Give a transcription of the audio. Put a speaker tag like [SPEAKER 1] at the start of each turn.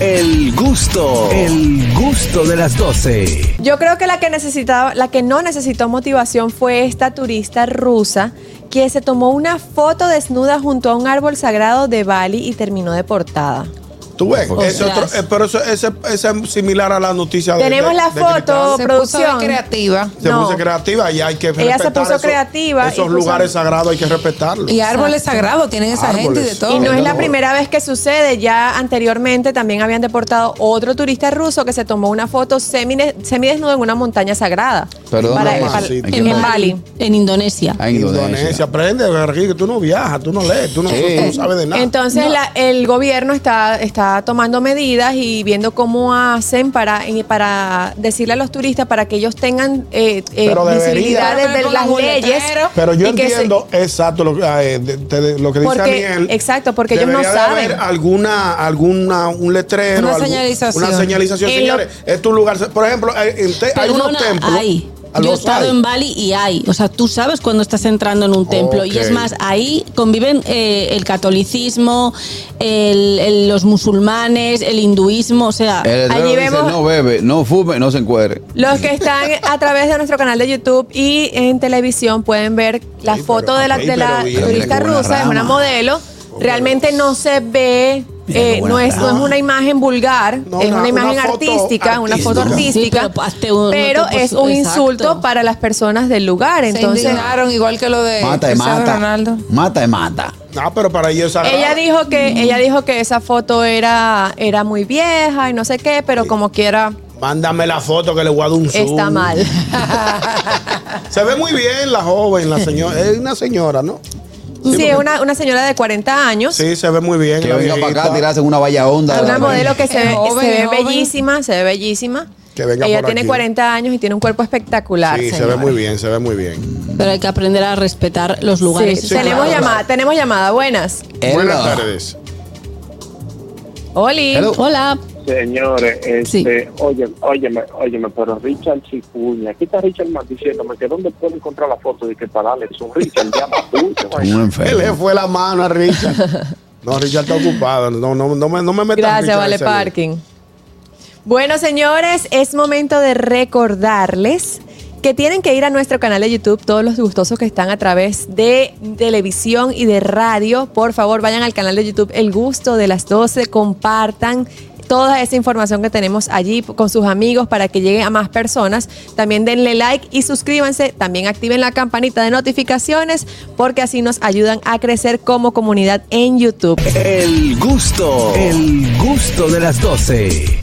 [SPEAKER 1] El gusto, el gusto de las 12.
[SPEAKER 2] Yo creo que la que necesitaba, la que no necesitó motivación fue esta turista rusa que se tomó una foto desnuda junto a un árbol sagrado de Bali y terminó deportada.
[SPEAKER 3] Tú ves,
[SPEAKER 4] O
[SPEAKER 3] ese
[SPEAKER 4] sea.
[SPEAKER 3] otro- eh, pero eso, ese- ese es similar a la noticia de-
[SPEAKER 2] Tenemos
[SPEAKER 3] de-
[SPEAKER 2] la
[SPEAKER 3] de
[SPEAKER 2] foto,
[SPEAKER 3] Cristal.
[SPEAKER 4] Se
[SPEAKER 2] producción.
[SPEAKER 4] puso de creativa.
[SPEAKER 3] Se
[SPEAKER 2] No.
[SPEAKER 3] puso creativa y hay que
[SPEAKER 2] se
[SPEAKER 3] respetar
[SPEAKER 2] puso
[SPEAKER 3] esos-
[SPEAKER 2] creativa y
[SPEAKER 3] Esos
[SPEAKER 2] puso-
[SPEAKER 3] lugares sagrados hay que respetarlos.
[SPEAKER 4] Y árboles
[SPEAKER 2] Exacto.
[SPEAKER 4] sagrados tienen esa gente y de
[SPEAKER 3] Árboles.
[SPEAKER 4] todo.
[SPEAKER 2] Y no es la
[SPEAKER 3] No.
[SPEAKER 2] primera vez que sucede, ya anteriormente también habían deportado otro turista ruso que se tomó una foto semine- semidesnudo en una montaña sagrada.
[SPEAKER 5] Pero ¿dónde
[SPEAKER 2] Para-
[SPEAKER 3] es?
[SPEAKER 2] para-
[SPEAKER 3] Sí,
[SPEAKER 2] en,
[SPEAKER 3] claro.
[SPEAKER 2] Bali.
[SPEAKER 6] En Indonesia.
[SPEAKER 5] Ah, en
[SPEAKER 3] Indonesia,
[SPEAKER 5] Indonesia.
[SPEAKER 3] aprende, Bergui, que tú no viajas, tú no lees, tú no,
[SPEAKER 5] Sí.
[SPEAKER 3] tú no sabes de nada.
[SPEAKER 2] Entonces la- el gobierno está, está tomando medidas y viendo cómo hacen para, eh, para decirle a los turistas para que ellos tengan eh, eh,
[SPEAKER 3] Pero debería.
[SPEAKER 2] visibilidad de, de
[SPEAKER 4] Con
[SPEAKER 2] las
[SPEAKER 4] los
[SPEAKER 2] leyes.
[SPEAKER 4] letreros.
[SPEAKER 3] Pero yo
[SPEAKER 2] y que se-
[SPEAKER 3] entiendo exacto lo, que- eh, de- de- lo que dice
[SPEAKER 2] Porque-
[SPEAKER 3] Daniel.
[SPEAKER 2] exacto, porque ellos no
[SPEAKER 3] Debería de
[SPEAKER 2] saben.
[SPEAKER 3] haber alguna, alguna, un letrero.
[SPEAKER 4] Una
[SPEAKER 3] algún-
[SPEAKER 4] señalización.
[SPEAKER 3] Una señalización,
[SPEAKER 2] En
[SPEAKER 3] señores. Es tu lugar. Por ejemplo, eh, en te- hay unos
[SPEAKER 6] Perdona,
[SPEAKER 3] templos.
[SPEAKER 6] hay.
[SPEAKER 3] Ah,
[SPEAKER 6] Yo he
[SPEAKER 3] los
[SPEAKER 6] estado
[SPEAKER 3] hay.
[SPEAKER 6] en Bali y hay. O sea, tú sabes cuando estás entrando en un templo. Y es
[SPEAKER 3] Ok.
[SPEAKER 6] más, ahí conviven eh, el catolicismo, el- el- los musulmanes, el hinduismo. O sea,
[SPEAKER 5] El letrero
[SPEAKER 2] Allí
[SPEAKER 5] dice,
[SPEAKER 2] vemos-
[SPEAKER 5] no bebe, no fume, no se encuere.
[SPEAKER 2] Los que están a través de nuestro canal de YouTube y en televisión pueden ver la
[SPEAKER 3] Sí,
[SPEAKER 2] foto
[SPEAKER 3] pero-
[SPEAKER 2] de la,
[SPEAKER 3] sí,
[SPEAKER 2] de la
[SPEAKER 3] pero bien.
[SPEAKER 2] turista
[SPEAKER 5] Como una
[SPEAKER 2] rusa, de una
[SPEAKER 5] rama.
[SPEAKER 2] modelo. Realmente no se ve,
[SPEAKER 5] Mira,
[SPEAKER 2] eh,
[SPEAKER 5] qué buena
[SPEAKER 2] no, es, no es
[SPEAKER 5] rama.
[SPEAKER 2] una imagen vulgar,
[SPEAKER 3] No,
[SPEAKER 2] es
[SPEAKER 3] una-
[SPEAKER 2] una,
[SPEAKER 3] una
[SPEAKER 2] imagen
[SPEAKER 3] foto
[SPEAKER 2] artística, una foto
[SPEAKER 3] artística.
[SPEAKER 6] Sí,
[SPEAKER 2] artística,
[SPEAKER 6] pero hazte un-
[SPEAKER 2] pero
[SPEAKER 6] no te
[SPEAKER 2] es
[SPEAKER 6] puso-
[SPEAKER 2] un
[SPEAKER 6] exacto.
[SPEAKER 2] insulto para las personas del lugar.
[SPEAKER 4] se
[SPEAKER 2] Entonces,
[SPEAKER 4] indignaron igual que lo de
[SPEAKER 5] Mata y
[SPEAKER 4] Cristiano
[SPEAKER 5] mata.
[SPEAKER 4] Ronaldo.
[SPEAKER 5] Mata y mata.
[SPEAKER 3] Ah, pero para ellos es sagrado.
[SPEAKER 2] ella dijo que ella dijo que esa foto era era muy vieja y no sé qué, pero como quiera
[SPEAKER 3] Mándame la foto que le voy a dar un zoom.
[SPEAKER 2] está mal.
[SPEAKER 3] Se ve muy bien la joven, la señora. Es una señora, ¿no?
[SPEAKER 2] Sí, es una, una señora de 40 años.
[SPEAKER 3] Sí, se ve muy bien.
[SPEAKER 5] Que
[SPEAKER 3] la
[SPEAKER 5] venga para acá
[SPEAKER 3] viejita.
[SPEAKER 5] a tirarse en una valla
[SPEAKER 2] A
[SPEAKER 5] honda.
[SPEAKER 2] una modelo que se,
[SPEAKER 4] Es
[SPEAKER 2] ve-
[SPEAKER 4] joven,
[SPEAKER 2] se
[SPEAKER 4] es
[SPEAKER 2] ve
[SPEAKER 4] joven.
[SPEAKER 2] bellísima, se ve bellísima.
[SPEAKER 3] Que venga
[SPEAKER 2] Ella
[SPEAKER 3] por
[SPEAKER 2] tiene
[SPEAKER 3] aquí.
[SPEAKER 2] 40 años y tiene un cuerpo espectacular.
[SPEAKER 3] Sí, se ve
[SPEAKER 2] señora.
[SPEAKER 3] muy bien, se ve muy bien.
[SPEAKER 6] Pero hay que aprender a respetar los
[SPEAKER 2] Sí,
[SPEAKER 6] lugares.
[SPEAKER 3] Sí,
[SPEAKER 2] tenemos
[SPEAKER 3] claro,
[SPEAKER 2] llamada,
[SPEAKER 3] claro.
[SPEAKER 2] tenemos llamada. Buenas.
[SPEAKER 3] Buenas tardes.
[SPEAKER 2] Oli.
[SPEAKER 5] Hello.
[SPEAKER 6] Hola.
[SPEAKER 7] Señores,
[SPEAKER 6] Sí.
[SPEAKER 7] este, oye, óyeme, óyeme, pero Richard Chicuña, aquí está Richard más diciéndome que dónde puedo encontrar la foto de que para darle un Richard, ya
[SPEAKER 5] Un
[SPEAKER 7] va
[SPEAKER 3] Él le
[SPEAKER 5] enfermo.
[SPEAKER 3] fue la mano a Richard. No, Richard está ocupado. No, no, no me, no me metas.
[SPEAKER 2] Gracias,
[SPEAKER 3] Richard,
[SPEAKER 2] Vale
[SPEAKER 3] en ese lío.
[SPEAKER 2] Parking. Bueno, señores, es momento de recordarles que tienen que ir a nuestro canal de YouTube, todos los gustosos que están a través de televisión y de radio. Por favor, vayan al canal de YouTube El Gusto de las 12, compartan. Toda esa información que tenemos allí con sus amigos para que llegue a más personas. También denle like y suscríbanse. También activen la campanita de notificaciones porque así nos ayudan a crecer como comunidad en YouTube.
[SPEAKER 1] El gusto, el gusto de las 12.